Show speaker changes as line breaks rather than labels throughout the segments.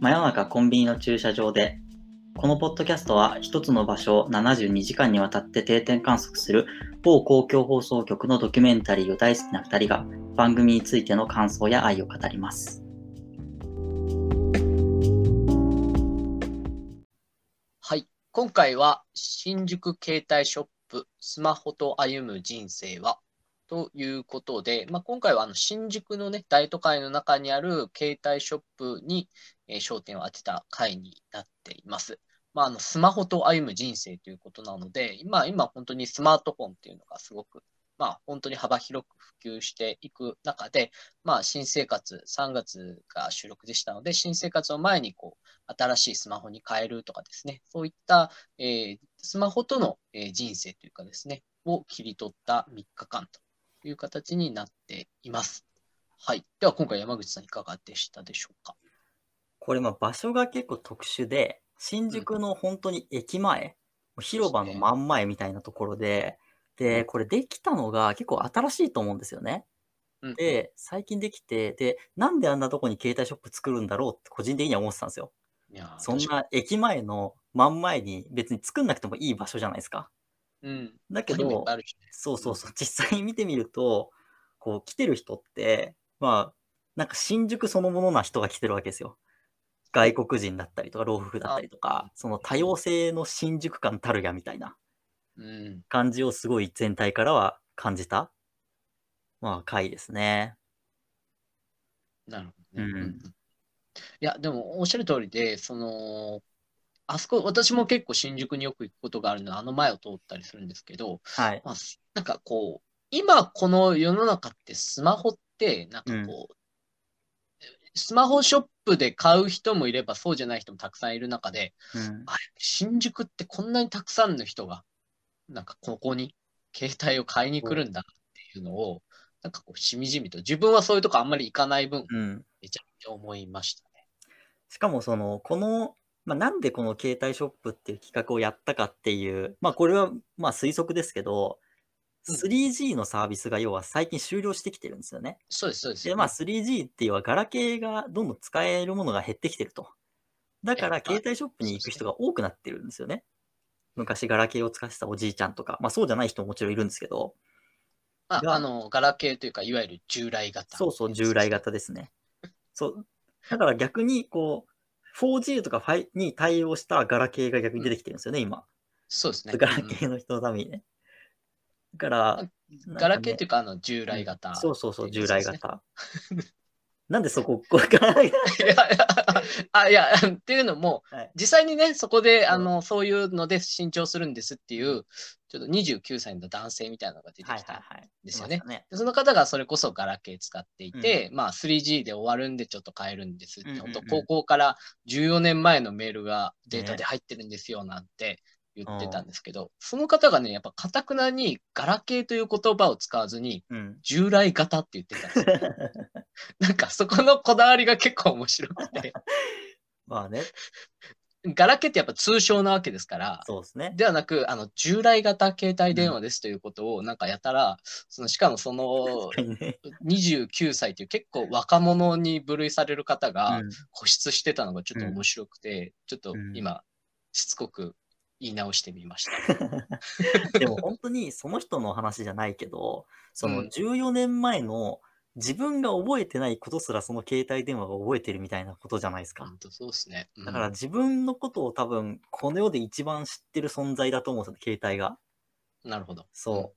真夜中コンビニの駐車場でこのポッドキャストは一つの場所を72時間にわたって定点観測する某公共放送局のドキュメンタリーを大好きな2人が番組についての感想や愛を語ります。
はい。今回は、新宿携帯ショップ、スマホと歩む人生は、ということで、まあ、今回はあの新宿のね、大都会の中にある携帯ショップに、えー焦点を当てた回になっています。まあ、あのスマホと歩む人生ということなので、今、今本当にスマートフォンっていうのがすごく、まあ、本当に幅広く普及していく中で、まあ、新生活、3月が収録でしたので、新生活を前にこう、新しいスマホに変えるとかですね、そういった、えースマホとの、えー人生というかですね、を切り取った3日間という形になっています。はい。では今回山口さんいかがでしたでしょうか
これまあ場所が結構特殊で新宿の本当に駅前、広場の真ん前みたいなところででこれできたのが結構新しいと思うんですよね。
うん。
で、最近できて、で、なんであんなとこに携帯ショップ作るんだろうって個人的には思ってたんですよ。
いやー
そん
確か
な駅前の真ん前に別に作んなくてもいい場所じゃないですか。
にうん。
だけ
他にもいっ
ど
ぱい、あるしね
そうそうそう、実際に見てみると、こう来てる人って、まあ、なんか新宿そのものな人が来てるわけですよ。外国人だったりとか、老夫婦だったりとか、その多様性の新宿感たるやみたいな
うん。
感じをすごい全体からは感じた、まあ、回ですね。
なるほど
う
ね。
ん
うんうんいや、でもおっしゃる通りで、その、あそこ、私も結構新宿によく行くことがあるので、あの前を通ったりするんですけど、
はい。
まあ、すなんかこう、今この世の中ってスマホって、なんかこう、スマホショップで買う人もいれば、そうじゃない人もたくさんいる中で、
うん
あ新宿ってこんなにたくさんの人が、なんかここに携帯を買いに来るんだっていうのを、なんかこう、しみじみと、自分はそういうとこあんまり行かない分、
うん
めちゃめちゃ思いましたね。
しかもそのこの、まあ、なんでこの携帯ショップっていう企画をやったかっていうまあこれはまあ推測ですけど
うん
3G のサービスが要は最近終了してきてるんですよね。
そうです、そうです。
でまあ 3G っていうはガラケーがどんどん使えるものが減ってきてると。だから
ええ
携帯ショップに行く人が多くなってるんですよね。昔ガラケーを使ってたおじいちゃんとか、まあそうじゃない人ももちろんいるんですけど、
ま
が
あ、あの、ガラケーというか、いわゆる従来型。
そうそう、従来。型ですね。そう。だから逆に、こう、4G とか5に対応したガラケーが逆に出てきてるんですよね、今。
そうですね。
ガラ
うん
ケーの人のためにね。だから、ね
ガラケーっていうか、あの、従来型。
そうそうそう、
ってい
従
やつで
来
すね。
型。なんでそこ、こうから ない
いやいやあ、いや、っていうのも、
はい
実際にね、そこ
う
で、
ん
あの、そういうので新調するんですっていう、ちょっと29歳の男性みたいなのが出て
はい
き
はい
た。
はい。
ですよね
いましたね。
でその方がそれこそガラケー使っていて、まあ 3G で終わるんでちょっと変えるんですって、
うんうんう
ほ
ん
んと高校から14年前のメールがデータ
ね
で入ってるんですよなんて言ってたんですけど、その方がね、やっぱかたくなにガラケーという言葉を使わずに
うん。
従来型って言ってたんですよ。なんかそこのこだわりが結構面白くて。
まあね、
ガラケーってやっぱ通称なわけですから、
そうですね。
ではなく、あの、従来型携帯電話ですということを、なんかやたら、その、しかもその
確、かにね。
29歳という結構若者に部類される方が
うん
固執してたのがちょっと面白くて、ちょっと今、しつこく言い直してみました。
でも本当にその人の話じゃないけど、そうの
ん
14年前の自分が覚えてないことすらその携帯電話が覚えてるみたいなことじゃないですか
本。当そうですね。うん
だから、自分のことを多分この世で一番知ってる存在だと思うんですよ、携帯が。
なるほど。
そう。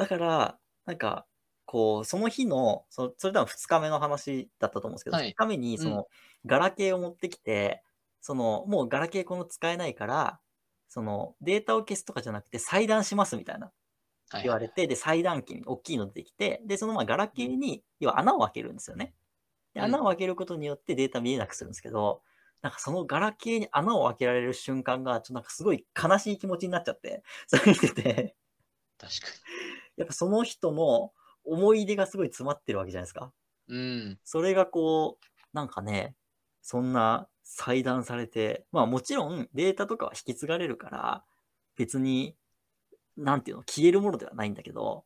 だから、なんか、こう、その日の、そそれ多分2日目の話だったと思うんですけど、
はい
2日目にその、ガラケーを持ってきて、その、もうガラケーこの使えないから、その、データを消すとかじゃなくて裁断しますみたいな。
はい
言われて、で、裁断機に大きいの出てきて、で、そのままガラケーに、要は穴を開けるんですよね。で、
うん
穴を開けることによってデータ見えなくするんですけど、なんかそのガラケーに穴を開けられる瞬間が、ちょっとなんかすごい悲しい気持ちになっちゃって、 それ見てて、
確か
やっぱその人の思い出がすごい詰まってるわけじゃないですか。
に。うん。
それがこう、なんかね、そんな裁断されて、まあもちろんデータとかは引き継がれるから、別に、なんていうの、消えるものではないんだけど、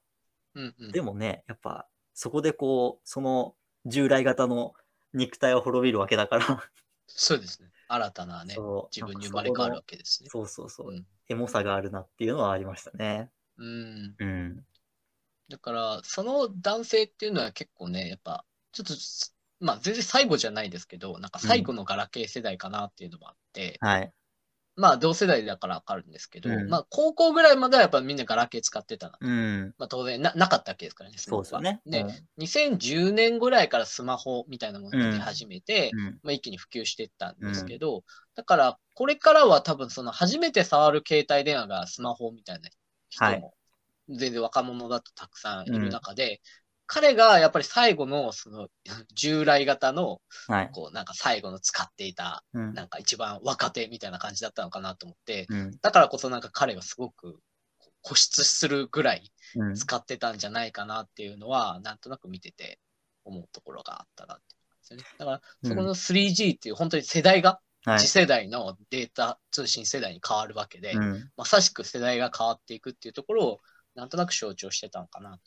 うん、うん。
でもね、やっぱそこでこう、その従来型の肉体を滅びるわけだから、
そうですね。新たなね、
そう
自分に生まれ変わるわけですね。
そうそうそう、
うん
エモさがあるなっていうのはありましたね。
うん。
うん。
だから、その男性っていうのは結構ね、やっぱ、ちょっと、まあ、全然最後じゃないですけど、なんか最後のガラケー世代かなっていうのもあって、
はい。
まあ、同世代だからわかるんですけど、
うん
まあ、高校ぐらいまではやっぱみんなガラケー使ってたな。
うん。
まあ、当然な、なかったわけですからね、スマ
そう
ホ
ですよ
が
ね。
で、2010年ぐらいからスマホみたいなものが出始めて、
うん。うん
まあ、一気に普及していったんですけど、だから、これからは多分、その初めて触る携帯電話がスマホみたいな
はい
人も、全然若者だとたくさんいる中で、彼がやっぱり最後の、その、従来型の、
はい。
こう、なんか最後の使っていた、
うん。
なんか一番若手みたいな感じだったのかなと思って、
うん。
だからこそなんか彼はすごくこう固執するぐらい
うん。
使ってたんじゃないかなっていうのは、なんとなく見てて思うところがあったなっていう感じですよね。だから、そこの 3G っていう本当に世代が、
はい
次。世代のデータ通信世代に変わるわけで、
うん。
まさしく世代が変わっていくっていうところを、なんとなく象徴してたの かな。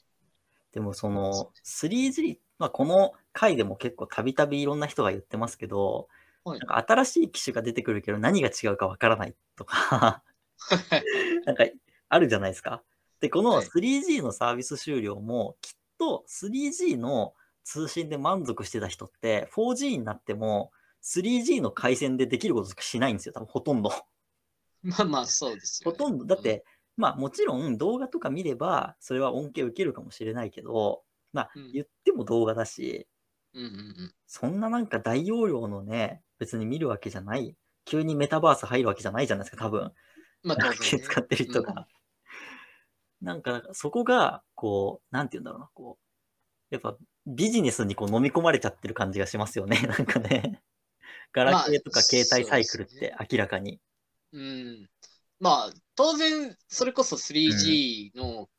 でもその 3G、まあ、この回でも結構たびたびいろんな人が言ってますけど、
はい
なんか新しい機種が出てくるけど何が違うかわからないとか、 なんかあるじゃないですか。で、この
はい
3G のサービス終了もきっと 3G の通信で満足してた人って 4G になっても 3G の回線でできることしかしないんですよ、多分ほとんど。
まあまあ、そうです
ほ
よ、ね。
とんど、だって、まあもちろん動画とか見れば、それは恩恵を受けるかもしれないけど、まあ
うん
言っても動画だし、
うんうんうん。
そんななんか大容量のね、別に見るわけじゃない、急にメタバース入るわけじゃないじゃないですか、多分。
まあ、当然ね、
使ってる人が。なんか、そこが、こう、なんて言うんだろうな、こう、やっぱビジネスにこう飲み込まれちゃってる感じがしますよね、 なんかね。ガラケーとか携帯サイクルって明らかに。
うん。うん。まあ、当然、それこそ 3G の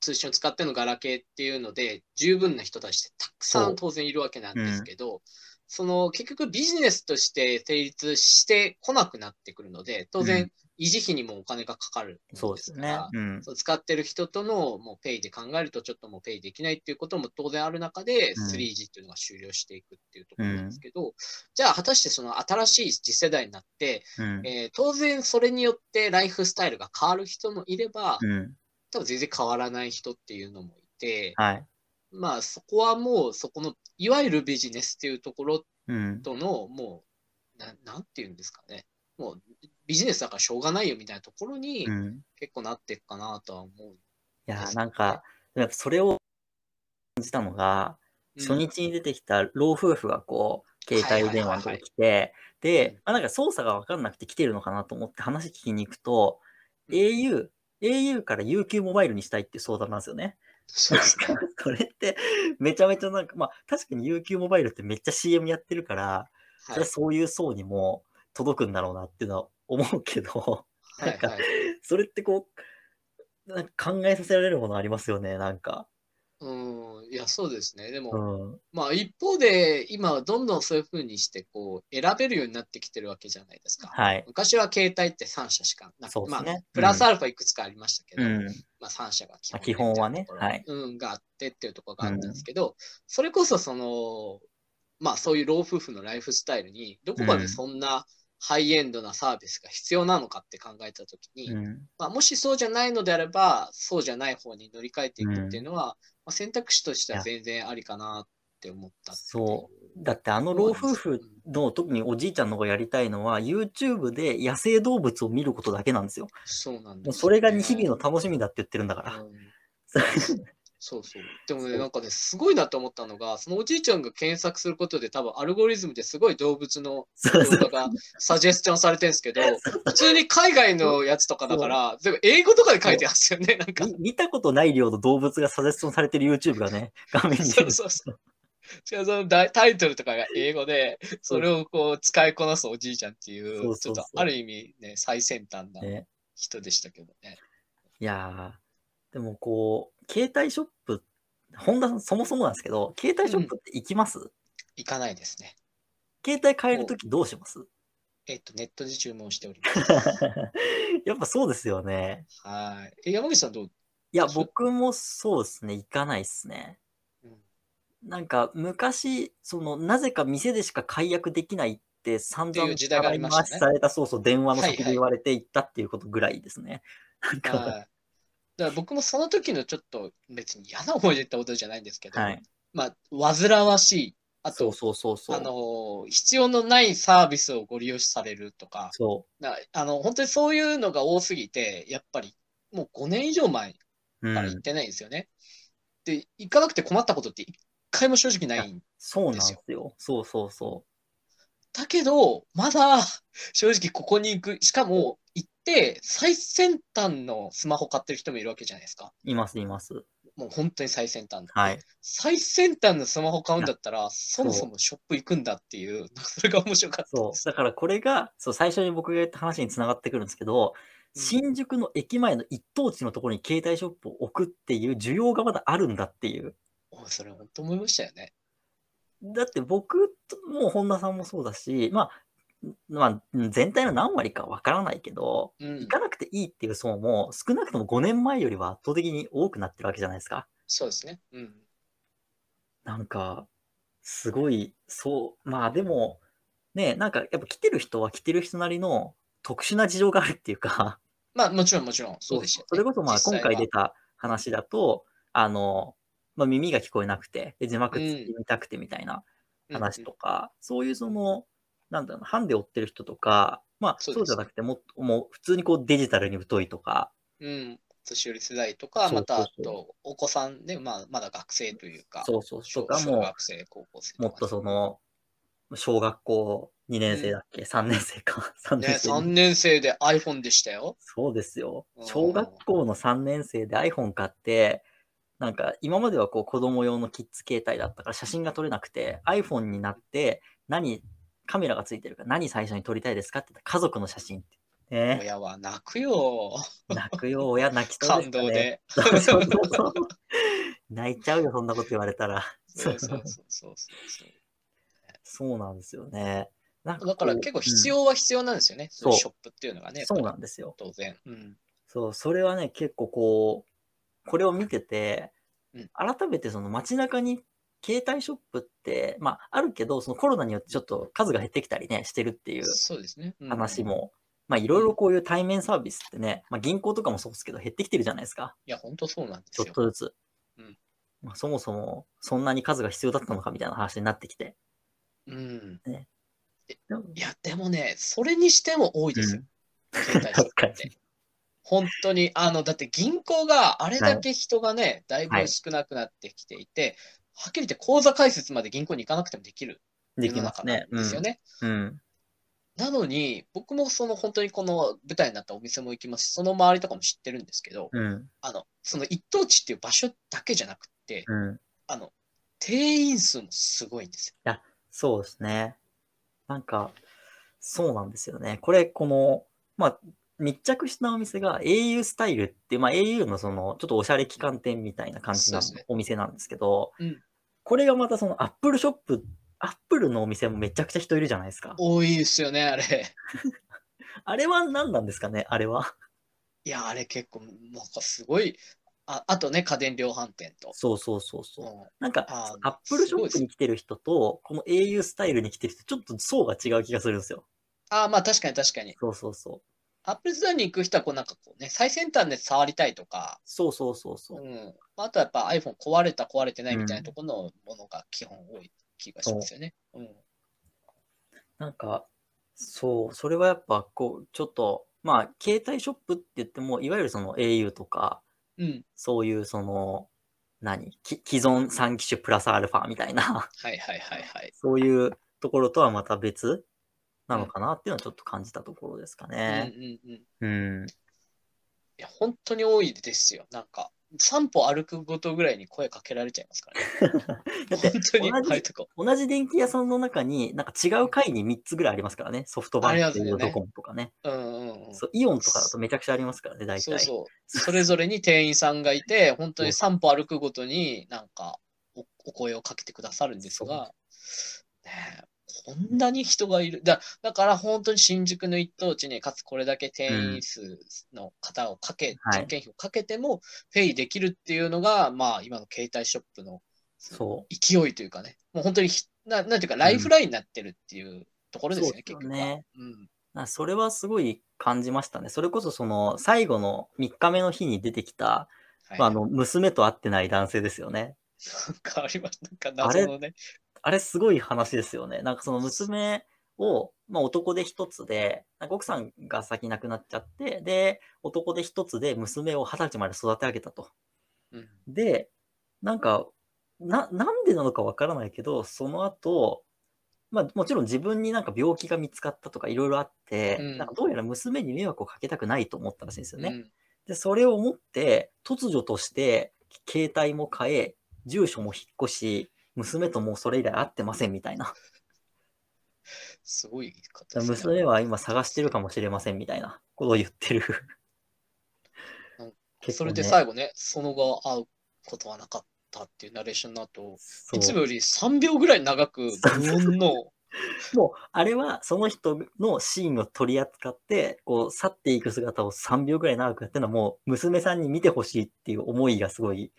通信を使ってのガラケーっていうので、十分な人たちってたくさ
そうん
当然いるわけなんですけど、その結局ビジネスとして成立してこなくなってくるので、当
う
然維持費にもお金がかかる
そ
も
う
の
で
ですす
よ
か
ね
ら。、
うん。
そう使ってる人とのもうペイで考えるとちょっともうペイできないっていうことも当然ある中で
うん
3G っていうのが終了していくっていうところなんですけど、じゃあ果たしてその新しい次世代になって、
うん。
えー当然それによってライフスタイルが変わる人もいれば、
うん。
多分全然変わらない人っていうのもいて、
はい。
まあそこはもうそこのいわゆるビジネスっていうところ
うん。
とのもうななんていうんですかねもうビジネスだからしょうがないよみたいなところに
うん
結構なっていくかなとは思う、
いや
です
ー
ね
なんか、やっぱそれを感じたのが、
うん
初日に出てきた老夫婦がこう、携帯電話のとこ来て、
う
で
ん、
まあ、なんか操作が分かんなくて来てるのかなと思って話聞きに行くと、
うん
au、au から UQ モバイルにしたいっていう相談なんですよ ね。
そうで すね
それって、めちゃめちゃなんか、まあ確かに UQ モバイルってめっちゃ CM やってるから、そ
は
れ
い
はそういう層にも届くんだろうなっていうのは思うけど、
はいはい
それってこう、なんか考えさせられるものありますよね、なんか。
うんいやそうですねでも、
うん。
まあ一方で今はどんどんそういうふうにしてこう選べるようになってきてるわけじゃないですか、
はい。
昔は携帯って3社しかなく
そうですね
まあ
うん
プラスアルファいくつかありましたけど、
うん。
まあ、3社が基本
基本はね
みたいなところ
はい
うん、があってっていうところがあったんですけど、それこそその、まあ、そういう老夫婦のライフスタイルに、どこまでそんなハイエンドなサービスが必要なのかって考えたときに、
うん。
まあ、もしそうじゃないのであれば、そうじゃない方に乗り換えていくっていうのは、まあ、選択肢としては全然ありかなって思ったってい
そう。だってあの老夫婦の特におじいちゃんの方がやりたいのは YouTube で野生動物を見ることだけなんですよ。
そうなん
も
で
う
す
それ
よね、
が日々の楽しみだって言ってるんだから。
うん
そう
そうそう。でも
そう
ね、なんかね、すごいなと思ったのが、そのおじいちゃんが検索することで、多分アルゴリズムですごい動物の
そう
動画がサジェスチョンされてるんですけ ど、普通に海外のやつとかだから、全部英語とかで書いてますよね、なんか。
み見たことない量の動物がサジェスションされてる YouTube がね、画面に出る
そう。そうそう。しかもその大タイトルとかが英語で、それをこう使いこなすおじいちゃんっていう、
そうそうそう
ちょっとある意味ね、最先端な
ね、
人でしたけどね。
いやー、でもこう、携帯ショップ、本田さんそもそもなんですけど、携帯ショップって行きます、
行かないですね。
携帯変えるときどうします
えっと、ネットで注文しております。
やっぱそうですよね。
はい。え山口さんどう、
いや、
そ
僕もそうですね、行かないですね。
うん
なんか昔、その、なぜか店でしか解約できないって散
ってい
々
う時代がありましたね
回しされた、そうそう、電話の
はいはい
先で言われて行ったっていうことぐらいですね。なんか
はいだから僕もその時のちょっと別に嫌な思い出ってことじゃないんですけど、
はい。
まあ、煩わしい、あ
そう
と、
そうそうそ
あ
う。
の必要のないサービスをご利用されるとか
そ
なあの、本当にそういうのが多すぎて、やっぱりもう5年以上前
う。う
から行っ
ん。
てないんですよね。で、行かなくて困ったことって一回も正直ないん
そうなんですよ。そうそうそ
だけど、まだ正直ここに行く、しかも行って最先端のスマホ買ってる人もいるわけじゃないですか。
う。います、います。
もう本当に最先端。
はい。
最先端のスマホ買うんだったら、そもそもショップ行くんだっていう、なんかそれが面白かった
そ
で
う。
す。
だからこれが、そう、最初に僕が言った話につながってくるんですけど、
うん
新宿の駅前の一等地のところに携帯ショップを置くっていう需要がまだあるんだっていう。
おそれ本当思いましたよね。
だって僕ともう本田さんもそうだし、まあ、まあ、全体の何割かわからないけど、
うん
行、かなくていいっていう層も少なくとも5年前よりは圧倒的に多くなってるわけじゃないですか。
そうですね。うん。
なんか、すごい、そう、まあでも、ね、なんかやっぱ来てる人は来てる人なりの特殊な事情があるっていうか、
まあもちろんもちろん、そうでしたよね、
それこそまあ
実際
今回
は
出た話だと、あの、まあ、耳が聞こえなくて、で字幕付き見たくてみたいな話とか、そういうその、なんだろうな、ハンデを追ってる人とか、まあ
そう
そ
です
うじゃなくてもっと、もう普通にこうデジタルに疎いとか、
うん。うん。年寄り世代と
そう
か、
そう
またあ
そう
と、お子さんね、まあ、まだ学生というか、
そうそう、
小
とか
小
も、
学生、高校生とか
もっとその、小学校2年生だっけ、三 ?3 年生か。3
ね、
年生
3年生で iPhone でしたよ。
そうですよ
う。ん
小学校の3年生で iPhone 買って、なんか今まではこう子供用のキッズ携帯だったから写真が撮れなくて iPhone になって何カメラがついてるから何最初に撮りたいですかって言ったら家族の写真って。ね、
親は泣くよ。
泣くよ、親泣きそう
感
でした
動
ね。
で。
そうそうそう泣いちゃうよ、そんなこと言われたら。
そうそうそうそうそう。
そうなんですよね。なんこう
だから結構必
うん
要は必要なんですよね、
そう
ショップっていうのがね、
そうな
やっぱ
んですよ。
り当然。うん
そう、それはね、結構こう、これを見てて
うん、
改めてその街中に携帯ショップって、まあ、あるけど、そのコロナによってちょっと数が減ってきたりね、してるっていう
そうですね。うん
話
い
も、まあ、いろいろこういう対面サービスってね、まあ、銀行とかもそうですけど、減ってきてるじゃないですか、
や、本当そうなんで
ちょっ
すよ。
とずつ
うん。
まあ、そもそも、そんなに数が必要だったのかみたいな話になってきて。
うん、
でも
いや、でもね、それにしても多いですよ、携帯ショッ
確か
プ
に
っ。て。本当に、あの、だって銀行があれだけ人がね、だいぶ少なくなってきていて、はっきり言って口座開設まで銀行に行かなくてもできる
で
世
き
の
ます
中な
ね
ん。ですよね。
うん。うん。
なのに、僕もその本当にこの舞台になったお店も行きますし、その周りとかも知ってるんですけど、
うん。
あの、その一等地っていう場所だけじゃなくて、
うん。
あの、定員数もすごいんですよ。
そうですね。なんか、そうなんですよね。これ、この、まあ、密着したお店が au スタイルっていう、まあ、au のその、ちょっとおしゃれ旗艦店みたいな感じの
そうですね
お店なんですけど、
うん
これがまたその Apple ショップ、Apple のお店もめちゃくちゃ人いるじゃないですか。
多いですよね、あれ。
あれは何なんですかね、あれは。
いや、あれ結構、なんかすごい。ああとね、家電量販店と。
そうそうそうそう。
うん
なんか
あ、ー
Apple シ
す
ョ
ご
ッ
いです
プに来てる人と、この au スタイルに来てる人、ちょっと層が違う気がするんですよ。
ああ、まあ確かに確かに。
そうそうそう。
アップルストアに行く人は、こうなんかこうね、最先端で触りたいとか、
そうそうそうそうう。
ん。あとはやっぱ iPhone 壊れた壊れてないみたいなところのものが基本多い気がしますよね。うん。
なんか、そう、それはやっぱ、こう、ちょっと、まあ、携帯ショップって言っても、いわゆるその au とか、
うん。
そういうその、何、き既存3機種プラスアルファみたいな、
はいはいはいはい。
そういうところとはまた別なのかなっていうのはちょっと感じたところですかね。
うんうんうん。い
うん。
や、本当に多いですよ。なんか、散歩歩くごとぐらいに声かけられちゃいます からね。
だって
本当に、
同じ
あれとか。
同じ電気屋さんの中に、なんか違う階に3つぐらいありますからね。ソフトバンク
ありますよね
ドコモとかね。
うんうんうん。そ
そうイオンとかだとめちゃくちゃありますからね、大体。
うそう。それぞれに店員さんがい て、本当に散歩歩くごとになんかおお声をかけてくださるんですが、ねえ、こんなに人がいる。だだから本当に新宿の一等地にかつこれだけ店員数の方をかけ、
はい
人件費をかけてもペイできるっていうのが、まあ今の携帯ショップの
そう
勢いというかね、もう本当にひななんていうかライフラインになってるっていうところですよね、
そうで
結
す
局
よ
は。
ね
うん。
あそれはすごい感じましたね。それこそその最後の3日目の日に出てきた、
はい。
まあ、あの娘と会ってない男性ですよね。
なんかありました。なんか
あれ
謎のね。
あれすごい話ですよね。なんかその娘を、まあ、男で一つで、なんか奥さんが先亡くなっちゃって、で、男で一つで娘を二十歳まで育て上げたと。
うん。
で、なんか、な、なんでなのかわからないけど、その後、まあもちろん自分になんか病気が見つかったとかいろいろあって、
うん
なんかどうやら娘に迷惑をかけたくないと思ったらしいんですよね。
うん
で、それを持って、突如として、携帯も変え、住所も引っ越し、娘ともうそれ以来会ってませんみたいな。
すごい方ですね
娘は今探してるかもしれませんみたいなことを言ってる
うん。
結
そ
構
れ
ね
で最後ね、その後会うことはなかったっていうナレーションの後、
そう
いつもより3秒ぐらい長 く、無音の、
もう、あれはその人のシーンを取り扱って、こう、去っていく姿を3秒ぐらい長くやってるのは、もう、娘さんに見てほしいっていう思いがすごい、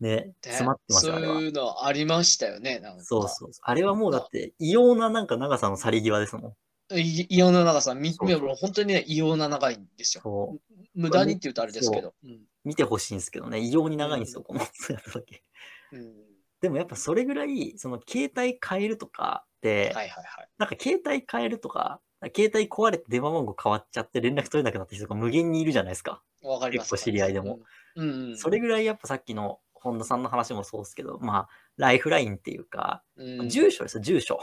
ね、
ね
詰まってますよ、あれ
そう
は。
いうのありましたよね、なんか。
そうそうそう。あれはもうだって、異様ななんか長さの去り際ですもん。
い異様な長さ、み
そうそう
もう本当にね、異様な長いんですよ。
そう。
無駄にって言うとあれですけど。うん
見てほしいんですけどね、異様に長いんですよ、この姿だけ。
うん
でもやっぱそれぐらい、その携帯変えるとかって、
はいはいはい。
なんか携帯変えるとか、携帯壊れて電話番号変わっちゃって連絡取れなくなった人が無限にいるじゃないですか。
わかります。
結構知り合いでも
うん。うんうん。
それぐらいやっぱさっきの本田さんの話もそうですけど、まあ、ライフラインっていうか、
うん
住所ですよ、住所。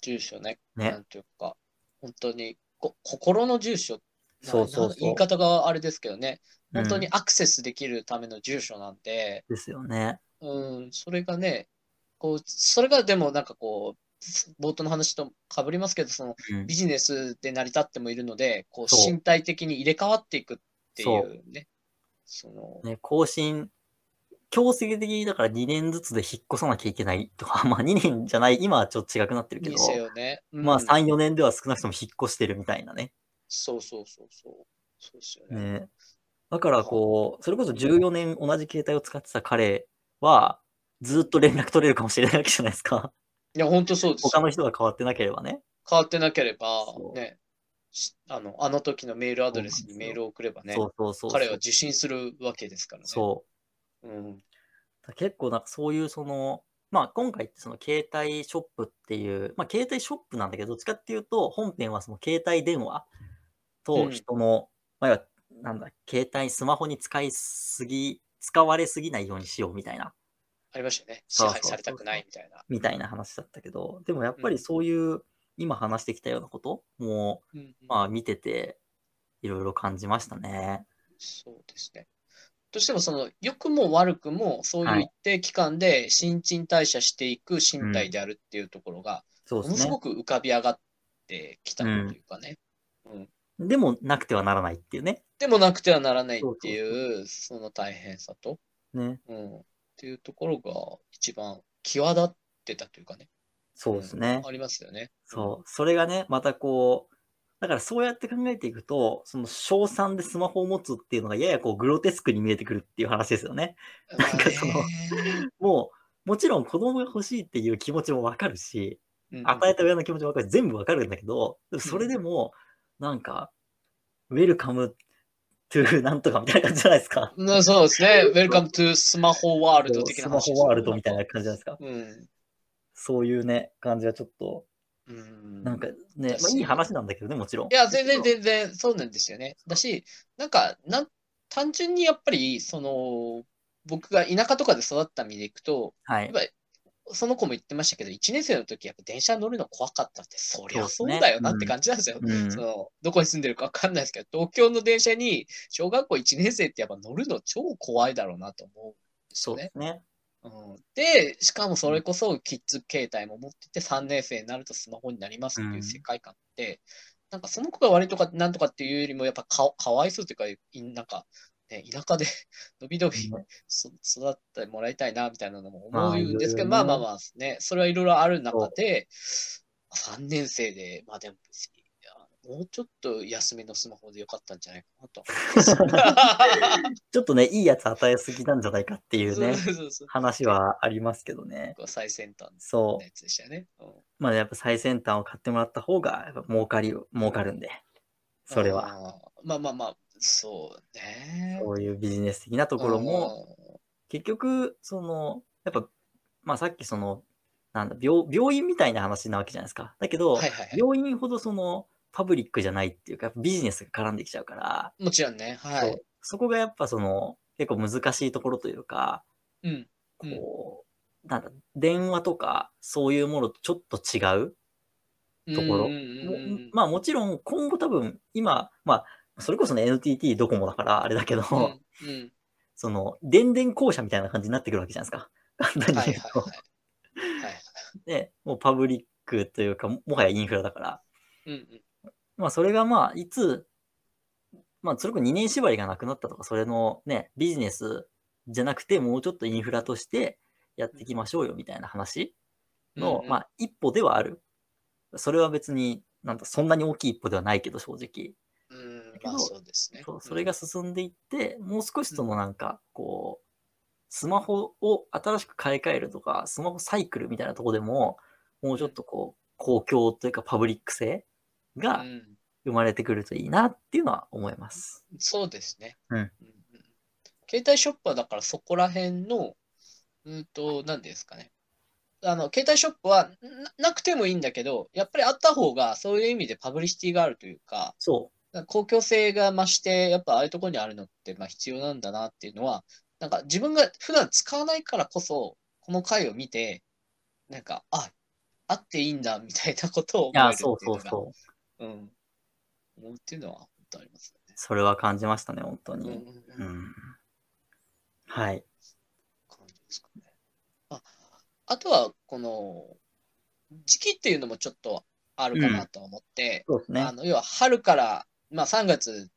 住所ね。
ね
なんていうか、本当にこ心の住所な
そうそうそう
な言い方があれですけどね、
うん
本当にアクセスできるための住所なんで、
ですよね。
うん、それがね、こう、それがでもなんかこう、冒頭の話とかぶりますけど、その
うん
ビジネスで成り立ってもいるので、こう
そう
身体的に入れ替わっていくってい
そう
ね、その、
ね更新、強制的にだから2年ずつで引っ越さなきゃいけないとか、 まあ2年じゃない、今はちょっと違くなってるけど
に、せよね。
まあ
うん
3、4年では少なくとも引っ越してるみたいなね。
そうそうそうそう。そうですよね。
ねだからこう、それこそ14年同じ携帯を使ってた彼は、ずっと連絡取れるかもしれないわけじゃないですか。
いや、本当そうですよ。
他の人が変わってなければね。
変わってなければ
そ、う
ね、しあのあの時のメールアドレスにメールを送ればね、
そうそうそうそう。
彼は受信するわけですからね。
そう。
うん
だ結構なんかそういうその、まあ今回ってその携帯ショップっていう、まあ携帯ショップなんだけど、どっちかっていうと本編はその携帯電話
う
と
ん
人の、まあ要はなんだ、携帯、スマホに使いすぎ、使われすぎないようにしようみたいな、
ありましたよね。支
そうそう
配されたくないみたいな。
みたいな話だったけど、でもやっぱ
う
り
ん
そういう今話してきたようなことも、
うんうん
まあ見てて、いろいろ感じましたね。
そうですね。としても、その良くも悪くも、そう
は
いう
い
一定期間で新陳代謝していく身体であるっていうところが、
そう
も
で
のす
すね
ご。く浮かび上がってきたというかね。うん
でもなくてはならないっていうね。
でもなくてはならないっていう、その大変さと。
ね。
うん、っていうところが一番際立ってたというかね、
そうですね
うん。ありますよね。
そう、それがね、またこう、だからそうやって考えていくと、その小3でスマホを持つっていうのがややこうグロテスクに見えてくるっていう話ですよね。
うん。
なん かその
まあ
もう、もちろん子供が欲しいっていう気持ちもわかるし、
ね
与えた親の気持ちもわかるし、全部わかるんだけど、でもそれでも、なんか、ウェルカムトゥなんとかみたいな感じじゃないですか。
うんそうで すね。Welcome to スマホワールド的
ス
な
マ
話
ホワールドみたいな感じじゃないですか。
うん。
そういうね、感じがちょっと、
うん。
なんか
い
ね、まあ、いい話なんだけどね、もちろん。
や、全然全然そうなんですよね。だし、なんか、なん単純にやっぱり、その、僕が田舎とかで育った身でいくと、
はい。
その子も言ってましたけど、1年生の時やっぱ電車乗るの怖かったって、そりゃそう
そうですね
だよなって感じなんですよ。
うん
そのどこに住んでるか分かんないですけど、東京の電車に小学校1年生ってやっぱ乗るの超怖いだろうなと思うんです
そ
よ
うで
ね。
すね。
うん、で、しかもそれこそキッズ携帯も持ってて3年生になるとスマホになりますっていう世界観って、なんかその子が悪いとかなんとかっていうよりもやっぱかかわいそうというか、いなんか、ね、田舎で のびのびそ育ってもらいたいなみたいなのも思うんですけど、
まあ
まあ
いろ
ま
いろね
あまあね、それはいろいろある中で、3年生で、まあでも別に、あもうちょっと安めのスマホでよかったんじゃないかなと。
ちょっとね、いいやつ与えすぎなんじゃないかって いうね、
そうそうそう。
話はありますけどね。
こう最先端
そ
のやつでしたよね。うん
う。まあ、やっぱ最先端を買ってもらった方が、やっぱ儲かり、儲かるんで、それは。
あー。まあまあまあ、そうね。
こういうビジネス的なところも、
うん
結局、その、やっぱ、まあさっきその、なんだ病、病院みたいな話なわけじゃないですか。だけど、
はいはいはい。
病院ほどその、パブリックじゃないっていうか、やっぱビジネスが絡んできちゃうから、
もちろんね。は
そ。
いう
そこがやっぱその、結構難しいところというか、
うん。うん
こう、なんだ、電話とか、そういうものとちょっと違う。ところ
うんうんうん
も
うん
まあもちろん、今後多分、今、まあ、それこそね、NTT ドコモだから、あれだけど、
うんうん
その、電電公社みたいな感じになってくるわけじゃないですか。 簡単
はいは
に
い
言うと。
はい。はい。
で、もうパブリックというか、ももはやインフラだから。
うんうん。
まあ、それがまあ、いつ、まあ、それこそ2年縛りがなくなったとか、それのね、ビジネスじゃなくて、もうちょっとインフラとしてやっていきましょうよみたいな話の、
うんうん
まあ、一歩ではある。それは別に、なんだ、そんなに大きい一歩ではないけど、正直。
うん
け、ど
まあそうですね。
そうそれが進んでいって、もう少しそのなんか、こう、スマホを新しく買い替えるとか、スマホサイクルみたいなとこでも、もうちょっとこう、公共というかパブリック性
うん、
が
うん
生まれてくるといいなっていうのは思います。
そうですね。
うん
うん携帯ショップはだからそこら辺の、うんと、何ですかね。あの、携帯ショップはななくてもいいんだけど、やっぱりあった方がそういう意味でパブリシティがあるというか、
そ
公共性が増して、やっぱああいうところにあるのってまあ必要なんだなっていうのは、なんか自分が普段使わないからこそ、この回を見て、なんか、あ、あっていいんだみたいなことを
う。い
思え
や、
るっていう
そうそ
の
う
が、
そう。
うん、思うっていうのは本当ありますね。
それは感じましたね、本当
うん
に。
う
う
んうん
ん。はい。
感じですかね。ああとは、この、時期っていうのもちょっとあるかなと思って、
そうですね。
あの要は春から、まあ、3月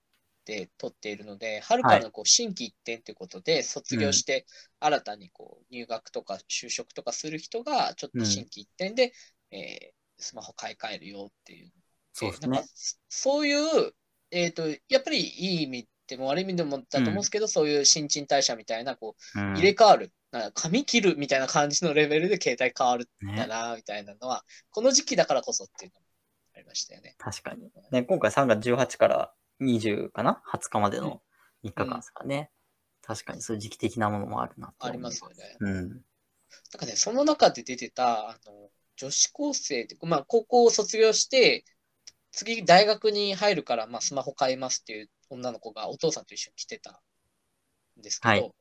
で取っているので、春からのこう新規一点ということで、卒業して新たにこう入学とか就職とかする人が、ちょっと新規一点で、えースマホ買い替えるよっていう
そうです
なん
ね
か。そういう、えーと、やっぱりいい意味でも悪い意味でもだと思うんですけど、そういう新陳代謝みたいな、こう
うん
入れ替わる、なんか髪切るみたいな感じのレベルで携帯変わるんだ
ね
な、みたいなのは、この時期だからこそっていうのもありましたよね。
確かに。ね、今回3月18から20かな ?20 日までの3日間ですかね。確かにそういう時期的なものもあるなと思
あり
い
ますよね。
うん。
なんかね、その中で出てた、あの、女子高生って、まあ、高校を卒業して、次、大学に入るから、まあ、スマホ買いますっていう女の子がお父さんと一緒に来てたんですけど、
はい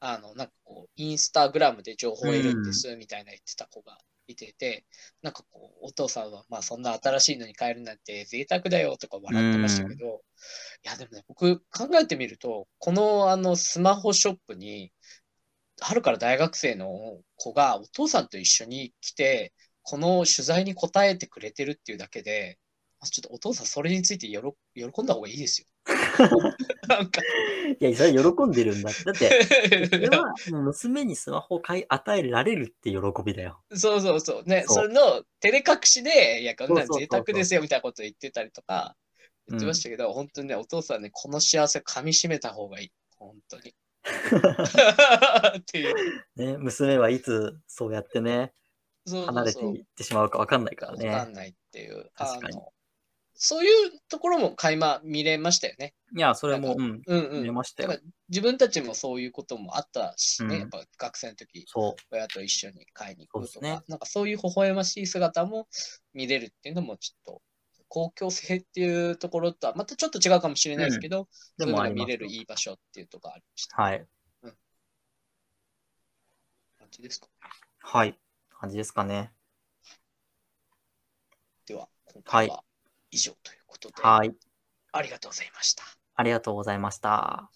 あの、なんかこう、インスタグラムで情報を得るんです、みたいな言ってた子がいてて、なんかこう、お父さんは、まあ、そんな新しいのに買えるなんて贅沢だよとか笑ってましたけど、いや、でもね、僕、考えてみると、この、あの、スマホショップに、春から大学生の子がお父さんと一緒に来て、この取材に答えてくれてるっていうだけで、あちょっとお父さんそれについて喜喜んだ方がいいですよ。なんか、
いや、それ喜んでるんだって。だ って、それはもう娘にスマホを買い与えられるって喜びだよ。
そうそうそう。ね、
そ
そうれの照れ隠しで、いや、こんな
そうそうそうそ
ん
う
贅沢ですよみたいなこと言ってたりとか、言ってましたけど、本当にね、お父さんね、この幸せ噛み締めた方がいい。本当に。っていう。
ね、娘はいつそうやってね、
そうそうそう
離れていってしまうか分かんないから
わか
ね。
んないっていう。
確かに
あのそういうところも垣間見れましたよね。
いや、それも、
な
う
ん
ん、
うんう
見え
ん。
ましたよ
だ。から自分たちもそういうこともあったしね、
うん
やっぱ学生の時、
そう。
親と一緒に買いに行く
そ
と
う
か、
ですね
なんかそういう微笑ましい姿も見れるっていうのもちょっと、公共性っていうところとはまたちょっと違うかもしれないですけど、
で
そういうの
もあり
が見
ます
れる
よ。
いい場所っていうところがありました。
はい。
感じですか
はい。感じですかね。
では、今回は以上ということで、
はい。
ありがとうございました。
ありがとうございました。